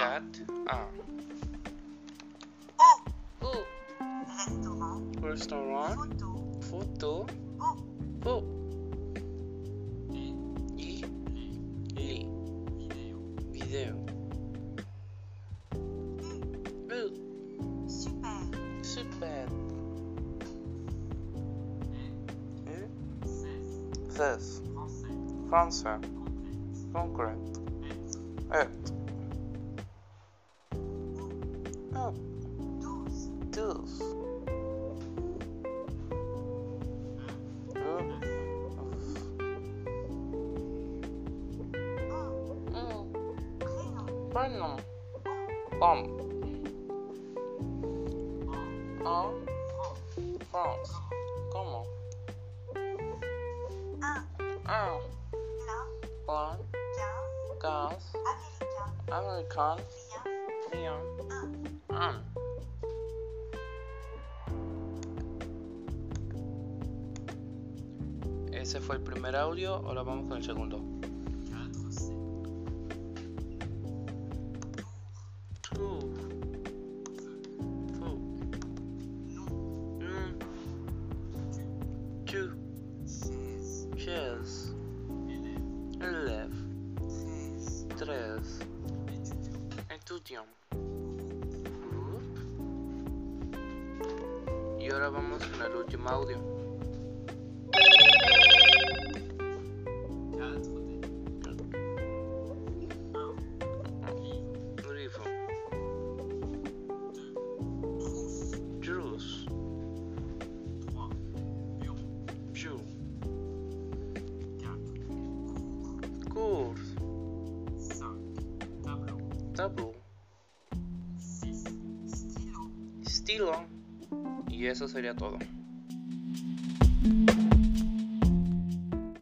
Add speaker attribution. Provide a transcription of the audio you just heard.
Speaker 1: at ah,
Speaker 2: au
Speaker 1: au
Speaker 2: restaurant,
Speaker 1: restaurant
Speaker 2: photo,
Speaker 1: photo
Speaker 2: au
Speaker 1: au i i
Speaker 2: vidéo,
Speaker 1: E. video
Speaker 2: U,
Speaker 1: u
Speaker 2: super,
Speaker 1: super u 16
Speaker 2: français,
Speaker 1: français
Speaker 2: complète,
Speaker 1: concrete
Speaker 2: être,
Speaker 1: et
Speaker 2: ou,
Speaker 1: u
Speaker 2: 12,
Speaker 1: 12 u
Speaker 2: un,
Speaker 1: u
Speaker 2: prénom,
Speaker 1: prénom homme en ah, France comment
Speaker 2: un,
Speaker 1: un
Speaker 2: plat,
Speaker 1: plan
Speaker 2: quinze,
Speaker 1: gaz
Speaker 2: américain,
Speaker 1: américain
Speaker 2: rien,
Speaker 1: rien
Speaker 2: un,
Speaker 1: un Ese fue el primer audio, ahora vamos con el segundo.
Speaker 2: quatre, sept,
Speaker 1: Tour. Tour.
Speaker 2: nom,
Speaker 1: Mm. Two.
Speaker 2: chaise,
Speaker 1: Chairs.
Speaker 2: élève,
Speaker 1: Eleven.
Speaker 2: treize,
Speaker 1: Tres.
Speaker 2: étudiant,
Speaker 1: Estudian. Group. Y ahora vamos con el último audio.
Speaker 2: quatre, dés, un, livre,
Speaker 1: Grifo.
Speaker 2: deux, trousse,
Speaker 1: Juice.
Speaker 2: trois, bureau,
Speaker 1: Jew.
Speaker 2: quatre, cours,
Speaker 1: Course.
Speaker 2: cinq, tableau,
Speaker 1: Tabú.
Speaker 2: 6, stylo.
Speaker 1: Estilo. Y eso sería todo.